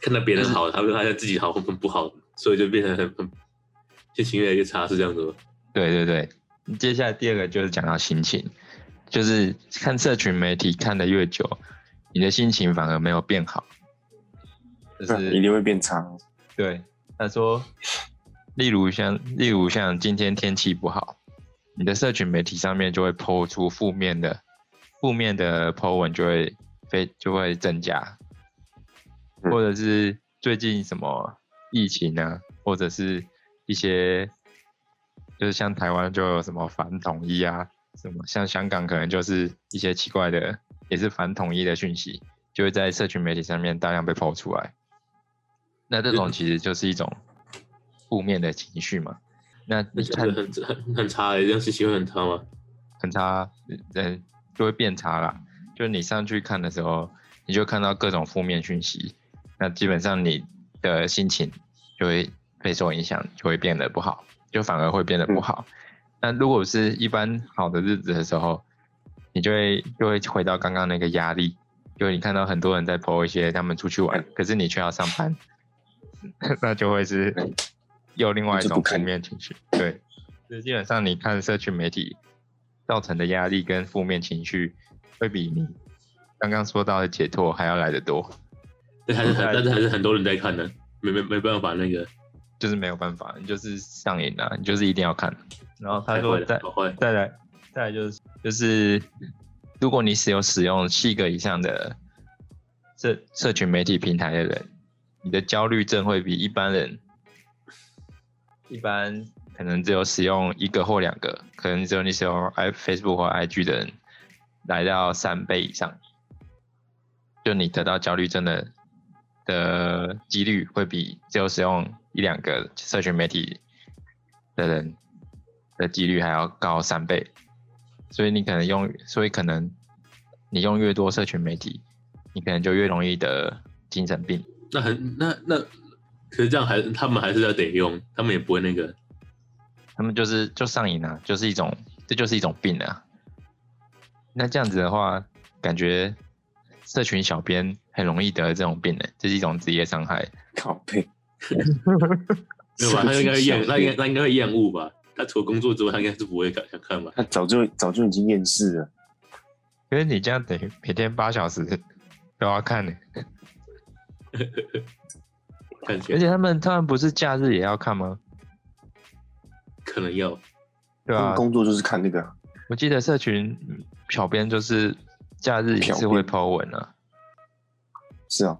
D: 看到别人好，他会发现自己好或不好，所以就变成很很心情越来越差，是这样子吗？
A: 对对对，接下来第二个就是讲到心情，就是看社群媒体看的越久，你的心情反而没有变好， 就
B: 对啊
A: 是
B: 一定会变差。
A: 对，他说，例如像例如像今天天气不好，你的社群媒体上面就会抛出负面的负面的 po 文就会非就会增加，
B: 嗯
A: 或者是最近什么疫情啊，或者是一些就是像台湾就有什么反统一啊，什么像香港可能就是一些奇怪的也是反统一的讯息，就会在社群媒体上面大量被抛出来。那这种其实就是一种负面的情绪嘛。那
D: 那
A: 你
D: 这
A: 看
D: 样子很很很差欸，这样心情会很差吗？
A: 很差，人就会变差啦。就是你上去看的时候，你就看到各种负面讯息，那基本上你的心情就会备受影响，就会变得不好，就反而会变得不好。那如果是一般好的日子的时候，你就会就会回到刚刚那个压力，就你看到很多人在 PO 一些他们出去玩，可是你却要上班， 那就会是又另外一
B: 就
A: 种负
B: 不看
A: 面情绪。对，所以基本上你看社群媒体造成的压力跟负面情绪，会比你刚刚说到的解脱还要来得多，
D: 但还是很，但是还是很多人在看呢，没没没办法，那个
A: 就是没有办法，你就是上瘾了、啊你就是一定要看。然后他
D: 太
A: 说
D: 坏
A: 在
D: 了，好坏，
A: 再来，再来就是就是，如果你使用使用七个以上的社社群媒体平台的人，你的焦虑症会比一般人，一般可能只有使用一个或两个，可能只有你使用 i Facebook 或 IG 的人来到三倍以上，就你得到焦虑症的的几率会比只有使用一两个社群媒体的人的几率还要高三倍，所以你可能用，所以可能你用越多社群媒体，你可能就越容易得精神病。
D: 那很那那，可是这样还他们还是要得用，他们也不会那个，
A: 他们就是就上瘾了、啊就是一种这就是一种病啊。那这样子的话，感觉社群小编很容易得这种病呢、欸这是一种职业伤害。
B: 靠 背，
D: 没有吧？他应 该
B: 社
D: 会
B: 群
D: 厌，
B: 小
D: 他应该他应该会厌恶吧？他除了工作之外，他应该是不会看想看吧？
B: 他早就早就已经厌世了，
A: 可是你这样等于每天八小时都要看呢、欸
D: 看起
A: 而
D: 来
A: 且他们他们不是假日也要看吗？
D: 可能要
A: 对
B: 他
A: 啊
B: 们，工作就是看那个啊，
A: 我记得社群嗯小编就是假日也是
B: 小
A: 会
B: 编
A: Po 文啊，
B: 是啊，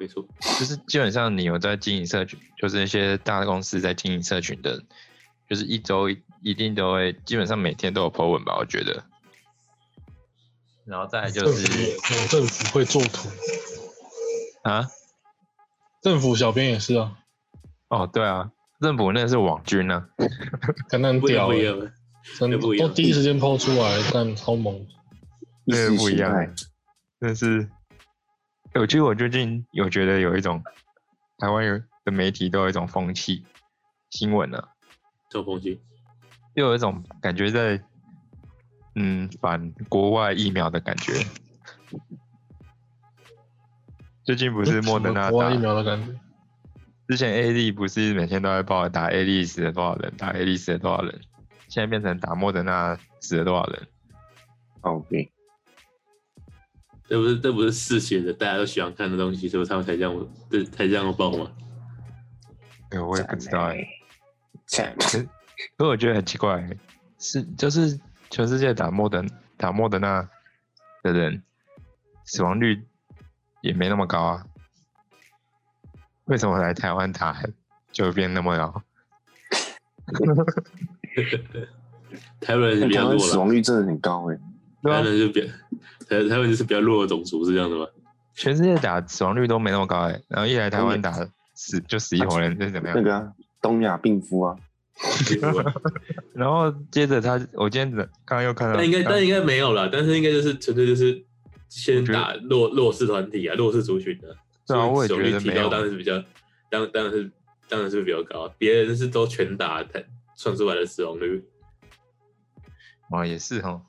D: 没错，
A: 就是基本上你有在经营社群，就是那些大公司在经营社群的，就是一周一一定都会，基本上每天都有 Po 文吧，我觉得。然后再来就
C: 政府也
A: 是
C: 是政府会做图，
A: 啊，
C: 政府小编也是啊，
A: 哦对啊，政府那是网军啊，
C: 感觉很
D: 不一
C: 屌
D: 样不一
C: 欸，
D: 样了。
C: 真的
D: 不一样
C: 都第一时间抛出来，但超猛。
B: 意
A: 对
B: 识
A: 不一
B: 形
A: 样
B: 态，
A: 但是，我其实我最近有觉得有一种台湾有的媒体都有一种风气，新闻啊，
D: 这种东西，
A: 又有一种感觉在，嗯，反国外疫苗的感觉。最近不是莫德纳
C: 国外疫
A: 打，
C: 苗的感觉，
A: 之前 A 利不是每天都在报打 A 利死了多少人，打 A 利死了多少人，现在变成打莫德纳死了多少人，
B: 靠背，
D: 这不是这不是嗜血的，大家都喜欢看的东西，所以他们才这样，对，才这样报嘛。
A: 哎、我也不知道哎、
B: 惨
A: 可可我觉得很奇怪、是就是全世界打莫德打莫德纳的人死亡率也没那么高啊，为什么来台湾打就变那么高？
D: 台湾人是
B: 但台
D: 比较弱
B: 湾死
D: 了，
B: 亡率真的很高哎、
A: 对
D: 台
A: 啊
D: 湾，人是比较台台湾人是比较弱的种族，是这 样的吗？
A: 全世界打死亡率都没那么高哎、然后一来台湾打死就死一伙人，这是怎么样
B: 那？个啊，东亚病夫啊，
A: 然后接着他，我今天刚刚又看到，
D: 但应该
A: 刚
D: 但应该没有啦，但是应该就是纯粹就是先打弱弱势团体啊，弱势族群的、
A: 对啊
D: 所以
A: 我也觉得
D: 手率提
A: 没有
D: 高当然是比较，当当然是当然是比较高，啊别人是都全打才算出来的死亡率，
A: 哦也是哦，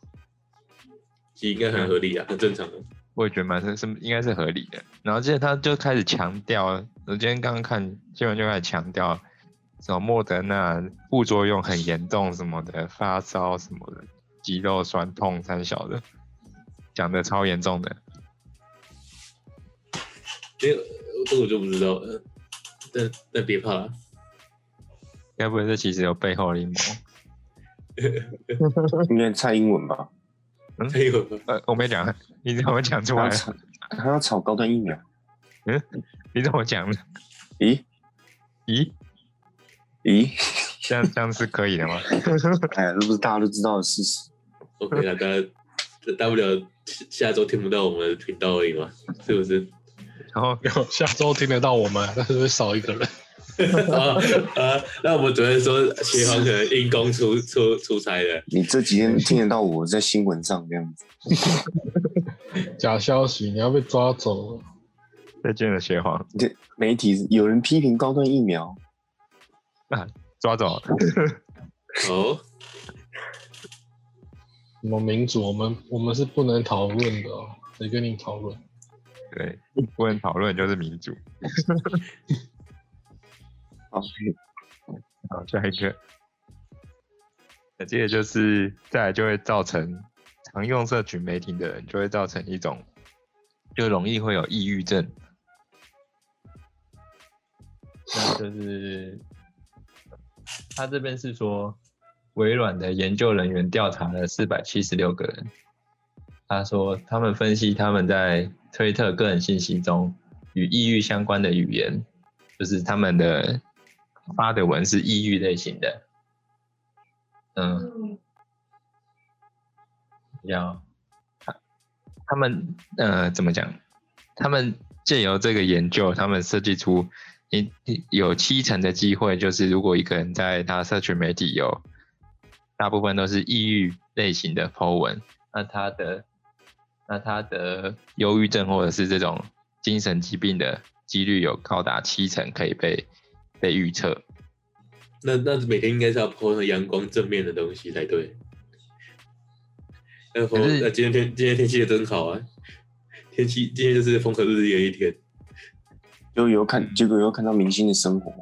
D: 其实应该很合理啊，很正常的。
A: 我也觉得蛮是是应该是合理的。然后接着他就开始强调，我今天刚刚看新闻就开始强调，什么莫德纳副作用很严重什么的，发烧什么的，肌肉酸痛三小的，讲的超严重的。
D: 这个这个呃我就不知道了，但但别怕啦，
A: 该不会这其实有背后的阴谋？
B: 应该蔡英文吧？
D: 还有
A: 呃，我没讲，你怎么讲出
B: 他
A: 来
B: 要
A: 了？
B: 炒，他要炒高端疫苗，
A: 你怎么讲的？
B: 咦
A: 咦，
B: 咦，
A: 这样这样是可以的吗？
B: 哎呀，这不是大家都知道的事实，
D: OK 啦，大家大不了下下周听不到我们的频道而已嘛，是 不是？
A: 然后
C: 有下周听得到我们，但是会少一个 人。
D: 啊啊！那我们昨天说协皇可能因公出出出差了，
B: 你这几天听得到我在新闻上这样子，
C: 假消息，你要被抓走了。
A: 再见了，学皇，
B: 这媒体有人批评高端疫苗，
A: 抓走。
D: 哦，
C: 什么民主？我们我们是不能讨论的、哦，谁跟你讨论？
A: 对，不能讨论就是民主。
B: 好，
A: 好，下一个，那接着就是再来就会造成常用社群媒体的人就会造成一种，就容易会有抑郁症。那就是他这边是说，微软的研究人员调查了四百七十六个人，他说他们分析他们在推特个人信息中与抑郁相关的语言，就是他们的发的文是抑郁类型的。嗯，要他他们呃怎么讲？他们借由这个研究，他们设计出一有七成的机会，就是如果一个人在他社群媒体有大部分都是抑郁类型的 po 文，那他的那他的忧郁症或者是这种精神疾病的几率有高达七成可以被被预测。
D: 那那每天应该是要 po 那阳光正面的东西才对。那 po
A: 可是
D: 那今天天今天天气也真好啊，天气今天就是风和日丽的一天。
B: 就有
A: 嗯
B: 看，结果有看到明星的生活，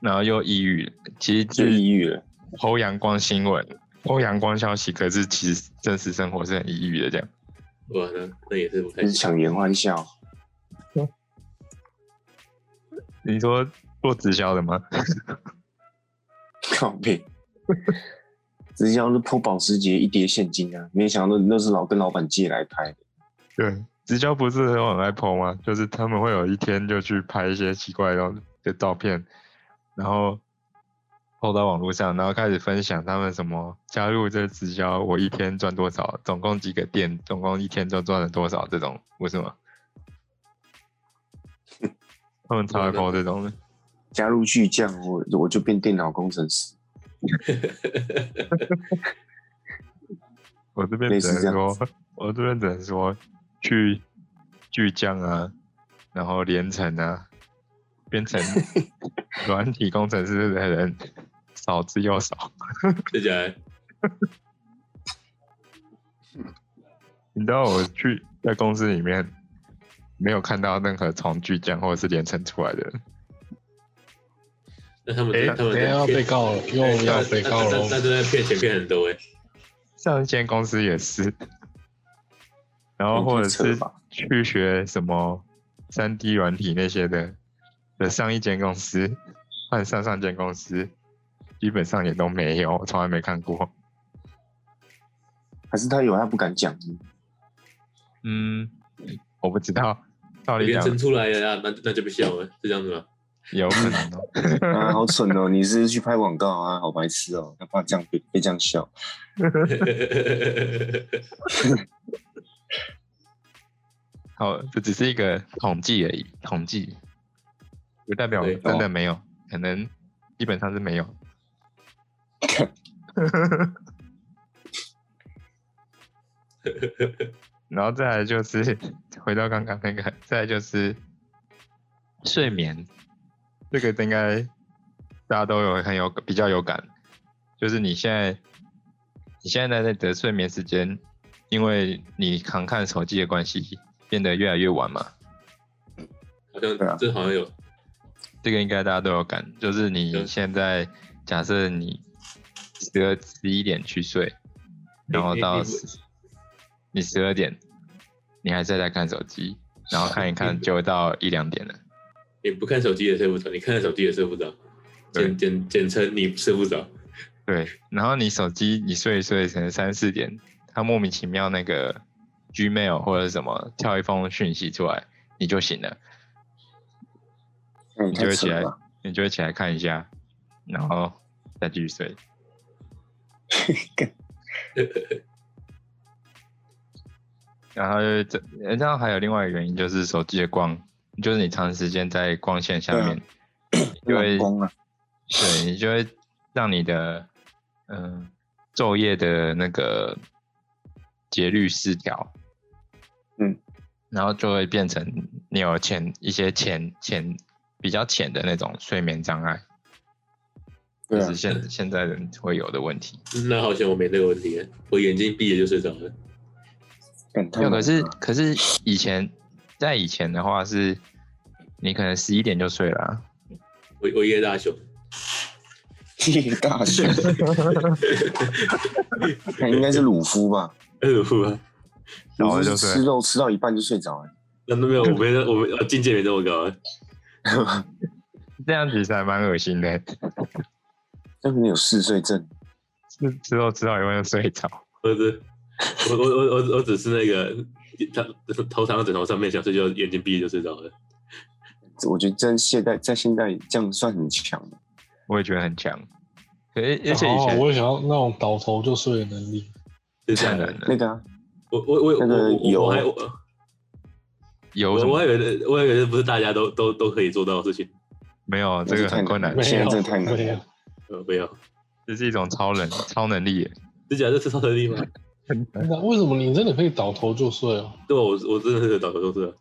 A: 然后又抑郁了，其实
B: 就抑郁了。
A: 剖阳光新闻、剖阳光消息，可是其实真实生活是很抑郁的。这样，
D: 哇，那那也是不太
B: 就是
D: 行。
B: 强颜欢笑，
A: 你说做直销的吗？
B: 靠 背。直销是破保时捷一叠现金啊！没想到那是老跟老板借来拍的，
A: 对，直销不是都很爱剖吗？就是他们会有一天就去拍一些奇怪的东的照片，然后抛到网络上，然后开始分享他们什么加入这直销，我一天赚多少，总共几个店，总共一天就赚了多少这种，不是吗？他们超爱抛这种的。
B: 加入巨匠，我我就变电脑工程师，
A: 我这边
B: 类
A: 只
B: 似
A: 能
B: 这样
A: 说， 我这边只能说，去巨匠啊，然后连城啊，变 成软体工程师的人少之又少。
D: 接下来
A: 你知道我去在公司里面没有看到任何从巨匠或者是连城出来的人，
D: 那他们
A: 哎
D: 他们哎
C: 等一下要被告了，又
D: 那
C: 要被告
D: 那
C: 了
D: 那。那真的骗钱骗很多哎。
A: 上一间公司也是，然后哦或者
B: 那就
A: 是
B: 扯吧
A: 去学什么三 D 软体那些的的上一间公司换上上间公司，基本上也都没有，我从来没看过。
B: 还是他有他不敢 讲？
A: 嗯，我不知道，照
D: 别
A: 理
D: 人
A: 讲
D: 生出来了啊，那那就被笑了，是这样子吗？
A: 有可能哦。
B: 啊，好蠢哦！你是去拍广告啊？好白痴哦！他怕这样被被这样笑，啊
A: 好，哦这只是一个统计而已，统计不代表
D: 对
A: 真的没有，可能基本上是没有。然后再来就是回到刚刚那个，再来就是睡眠，这个应该大家都有很有比较有感，就是你现在你现在在得睡眠时间，因为你常看手机的关系，变得越来越晚嘛。
D: 好
B: 对啊
D: 像这好像有
A: 这个应该大家都有感，就是你
D: 对
A: 现在假设你十二十一点去睡，然后
D: 你
A: 到
D: 你
A: 10你十二点，你还是在看手机，然后看一看
D: 你
A: 就到一两点了。
D: 你不看手机也睡不着，你看了手机也睡不着，简简简称你睡不着。
A: 对，然后你手机你睡一睡，可能三四点，它莫名其妙那个 Gmail 或者什么跳一封讯息出来，你就醒了，
B: 那也
A: 你就
B: 哎太
A: 会起
B: 蠢
A: 来
B: 了吧。，
A: 你就会起来看一下，然后再继续 睡。 然后这，然后还有另外一个原因就是手机的光，就是你长时间在光线
B: 啊
A: 下面，就会
B: 老公啊，
A: 对你就会让你的嗯、呃昼夜的那个节律失调，
B: 嗯，
A: 然后就会变成你有浅一些浅浅比较浅的那种睡眠障碍，
B: 对
A: 就
B: 啊
A: 是，现现在人会有的问题。
D: 那好像我没这个问题，我眼睛闭着就睡着了。
B: 干太
A: 没有，
B: 猛
A: 可是
B: 了
A: 可是以前在以前的话是，你可能十一点就睡了啊、
D: 我我夜大雄，
B: 叶 大雄，他应该是鲁夫吧？
D: 哎呦呼啊，
A: 然后
B: 鲁夫
A: 就是睡
B: 吃肉吃到一半就睡着了。
D: 那都没 有，我没那我没我境界没这么高啊，
A: 这样其实还蛮恶心的，
B: 这个人有嗜睡症，
A: 吃吃肉吃到一半就睡着。
D: 我只我我我我我只是那个他头躺到枕头上面想睡觉，眼睛闭着就睡着了。
B: 我觉得在现在在现在这样算很强的。
A: 我也觉得很强。可是而且以
C: 好好
D: 哦
A: 前
C: 我也想要那种倒头就睡的能力。
D: 是这
A: 太
D: 样
A: 难
D: 的，
A: 了，
B: 那个啊，
D: 我我我
B: 那个
D: 我我还
B: 有啊
D: 我
A: 有什
D: 我
A: 么
D: 还以为我还以为不是大家都都都可以做到的事情，
A: 没有？这个很困难
B: 那，现在
C: 没有
B: 真的太难了
C: 没有，
D: 呃，不要，
A: 这是一种超能超能力耶。
D: 这假这是超能力吗？
C: 那为什么你真的可以倒头就睡哦？
D: 对，啊我我真的是啊倒头就睡了。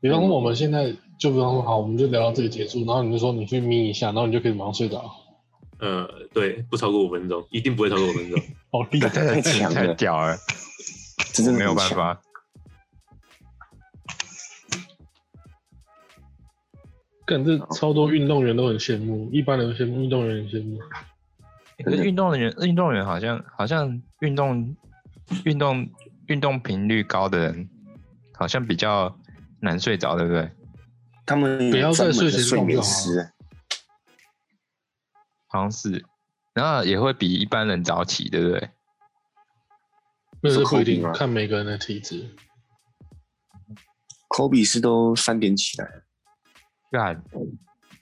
C: 比方说我们现在就比方说好，我们就聊到这里结束，然后你就说你去眯一下，然后你就可以马上睡着，
D: 呃，对，不超过五分钟，一定不会超过五分钟。
C: 好厉害！
A: 太
B: 强了
A: 太屌了，
B: 这真的
A: 没有
B: 很
A: 办
B: 强。
A: 法。
C: 感这超多运动员都很羡慕，一般人羡慕，运动员也羡慕。
A: 可是运动员，运动员好像好像运动运动运动频率高的人，好像比较难睡着，对不对？
B: 他们
C: 不要
B: 有
C: 再
B: 专门
C: 睡
B: 的
C: 前
B: 睡
C: 动就
B: 眠
C: 好
B: 师啊，
A: 好像是，然后也会比一般人早起，对不对？
C: 那是不一定
B: 是扣比，吗
C: 啊看每个人的体质。
B: 科比是都三点起来，
A: 干，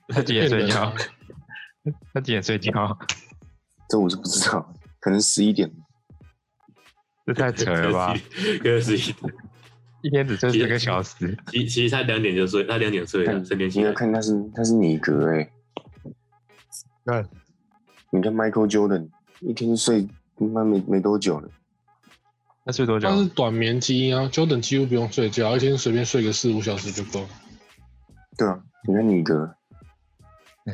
A: 他几点睡
C: 啊
A: 觉？他几点睡觉？
B: 这我就不知道， 可能十一点。
A: 这太扯了吧！
D: 可是其
A: 一天只睡四个小时，
D: 其其实他两点就睡，他两点睡了，
B: 嗯
D: 三点
B: 你
D: 醒
B: 要
D: 来。
B: 看他是他是尼格哎、
A: 对，
B: 你看 Michael Jordan 一天就睡他妈没没多久了，
A: 他睡多久
C: 他？是短眠基因啊，Jordan 几乎不用睡觉，一天随便睡个四五小时就够 了。
B: 对啊，你看尼格，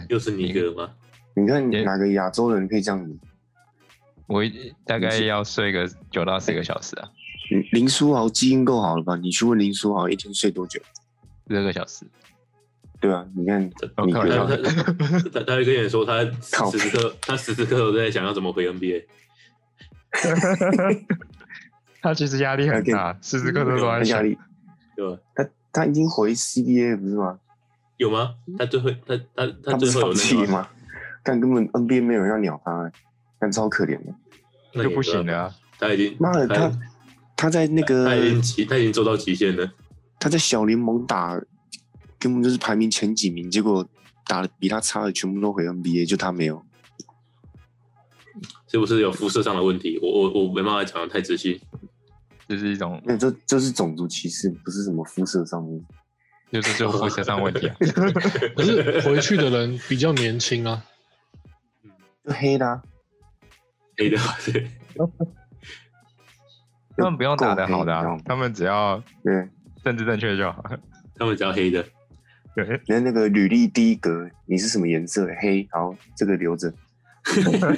D: 又是尼格吗？
B: 你看
A: 也
B: 哪个亚洲人可以这样子？
A: 我一大概要睡个九到十个小时啊，
B: 林林书豪基因够好了吧？你去问林书豪一天睡多久？
A: 十二个小时。
B: 对啊，你看
A: 我
B: 尼
A: 靠
D: 他
A: 对
B: 格
A: 啊
D: 他他他会跟你说， 他时时刻他时时刻都在想要怎么回 NBA。
A: 他其实压力很大，时时刻刻都
B: 他
A: 在
B: 压
A: 想。
B: 力，
D: 对吧？
B: 他他已经回 CBA 不是吗？
D: 有吗？他最后他他他
B: 他不
D: 最
B: 是
D: 后
B: 放
D: 有
B: 弃
D: 那个？
B: 吗？但根本 NBA 没有人要鸟他、欸，但超可怜的。
D: 那
A: 就不行了、啊，
D: 他已经
B: 妈的，他呃他在那个
D: 他已经极他已经做到极限了。
B: 他在小联盟打，根本就是排名前几名，结果打的比他差的全部都回 NBA，就他没有。
D: 是不是有肤色上的问题？我我我没办法讲的太仔细。
A: 这是一种，
B: 那这这是种族歧视，不是什么肤色上面。
A: 就是就肤色上问 题啊。
C: 可是回去的人比较年轻啊，
B: 就黑的、啊，
D: 黑的话对，
A: 他们不用打的好的、啊
B: 够黑你知道吗，
A: 他们只要
B: 对，
A: 政治正确就好。
D: 他们只要黑的，
A: 对，
B: 人家那个履历第一格，你是什么颜色？黑，好，这个留着。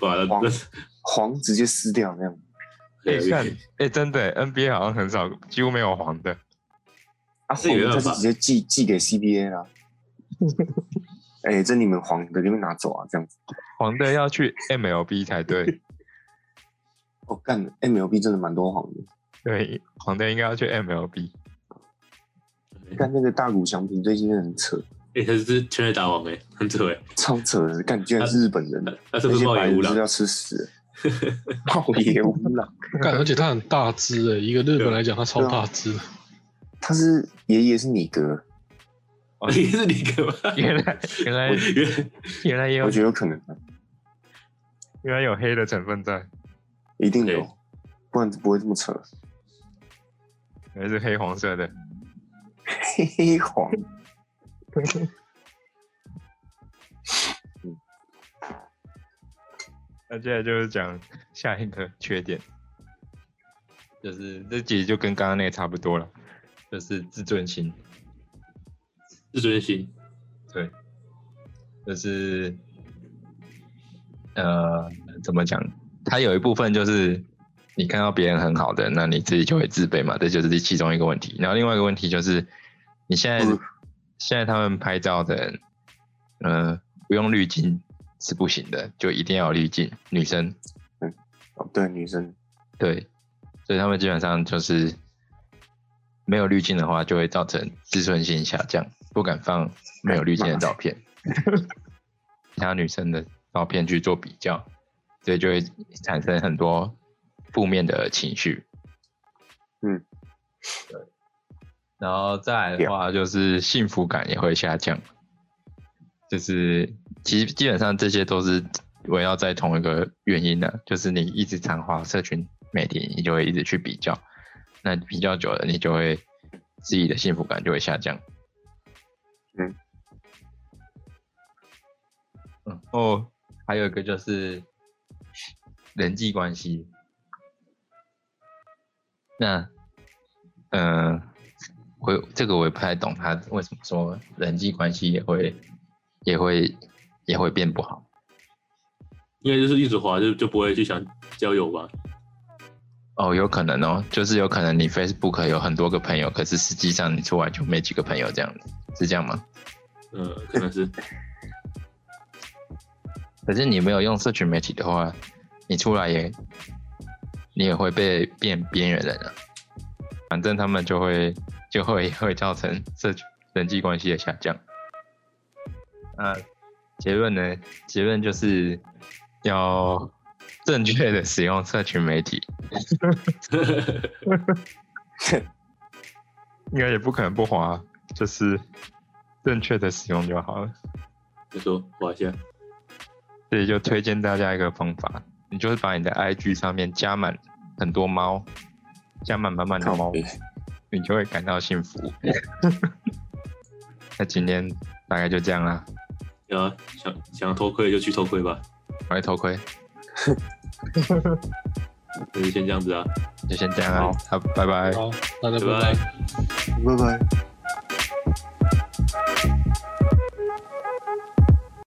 D: 哇，那那
B: 黄直接撕掉那样。
A: 哎看
D: 对，
A: 哎，真的 NBA 好像很少，几乎没有黄的。
B: 啊，
D: 这
B: 黄
D: 也没
B: 他
D: 办法
B: 是直接寄寄给 CBA 啦。哎、这你们黄的，你们拿走啊，这样子。
A: 黄的要去 MLB 才 对，
B: 我、哦、干，MLB 真的蛮多黄的。
A: 对，黄的应该要去 MLB。
B: 干那个大谷翔平最近真的很扯，
D: 哎，他是全垒打王哎，很扯哎，
B: 超扯的，干居然是日本人。
D: 他他是
B: 那
D: 不
B: 些
D: 是暴
B: 白
D: 野
B: 人
D: 无
B: 是
D: 狼？
B: 要吃屎了，暴野无狼，
C: 干， 而且他很大只诶、欸一个日本来讲他超大只的，
B: 他是爷爷是尼格，
A: 哦
D: 也 是尼克吗？
A: 原来原来
D: 原来
A: 原来也有
B: 我觉得有可能，啊
A: 原来有黑的成分在，
B: 一定有
D: 对，
B: 不然不会这么扯。
A: 原来是黑黄色的。
B: 黑黑黄，
A: 那接下来就是讲下一个缺点，就是这集就跟刚刚那个差不多了，就是自尊心。
D: 自尊心，
A: 对，就是呃，怎么讲？它有一部分就是你看到别人很好的，那你自己就会自卑嘛，这就是其中一个问题。然后另外一个问题就是，你现在、
B: 嗯
A: 现在他们拍照的人，呃，不用滤镜是不行的，就一定要有滤镜。女生
B: 哦，对，女生
A: 对，所以他们基本上就是没有滤镜的话，就会造成自尊心下降，不敢放没有滤镜的照片，其他女生的照片去做比较，所以就会产生很多负面的情绪。
B: 嗯，
A: 然后再来的话，就是幸福感也会下降，就是其实基本上这些都是围绕在同一个原因的、就是你一直常滑社群媒体，你就会一直去比较，那比较久了，你就会自己的幸福感就会下降。
B: 嗯，
A: 然后嗯哦还有一个就是人际关系，那嗯，我也这个我也不太懂，他为什么说人际关系也会也会也会变不好？
D: 应该就是一直滑就就不会去想交友吧。
A: 哦，有可能哦，就是有可能你 Facebook 有很多个朋友，可是实际上你出来就没几个朋友，这样子是这样吗？
D: 嗯，可能是
A: 可是你没有用社群媒体的话，你出来也你也会被变边缘人啊。反正他们就会就会会造成社群人际关系的下降。那结论呢？结论就是要正确的使用社群媒体，应该也不可能不滑，啊就是正确的使用就好了。
D: 就说滑一下，
A: 所以就推荐大家一个方法，你就是把你的 IG 上面加满很多猫，加满满满的
B: 靠
A: 猫，
B: 背，
A: 你就会感到幸福。 那今天大概就这样啦，
D: 对啊，想想偷窥就去偷窥吧，
A: 我来偷窥，
D: 那就先这样子啊，啊
A: 就先这样啦，好，拜拜
C: 好，大家
D: 拜
C: 拜拜
D: 拜。
B: 拜拜。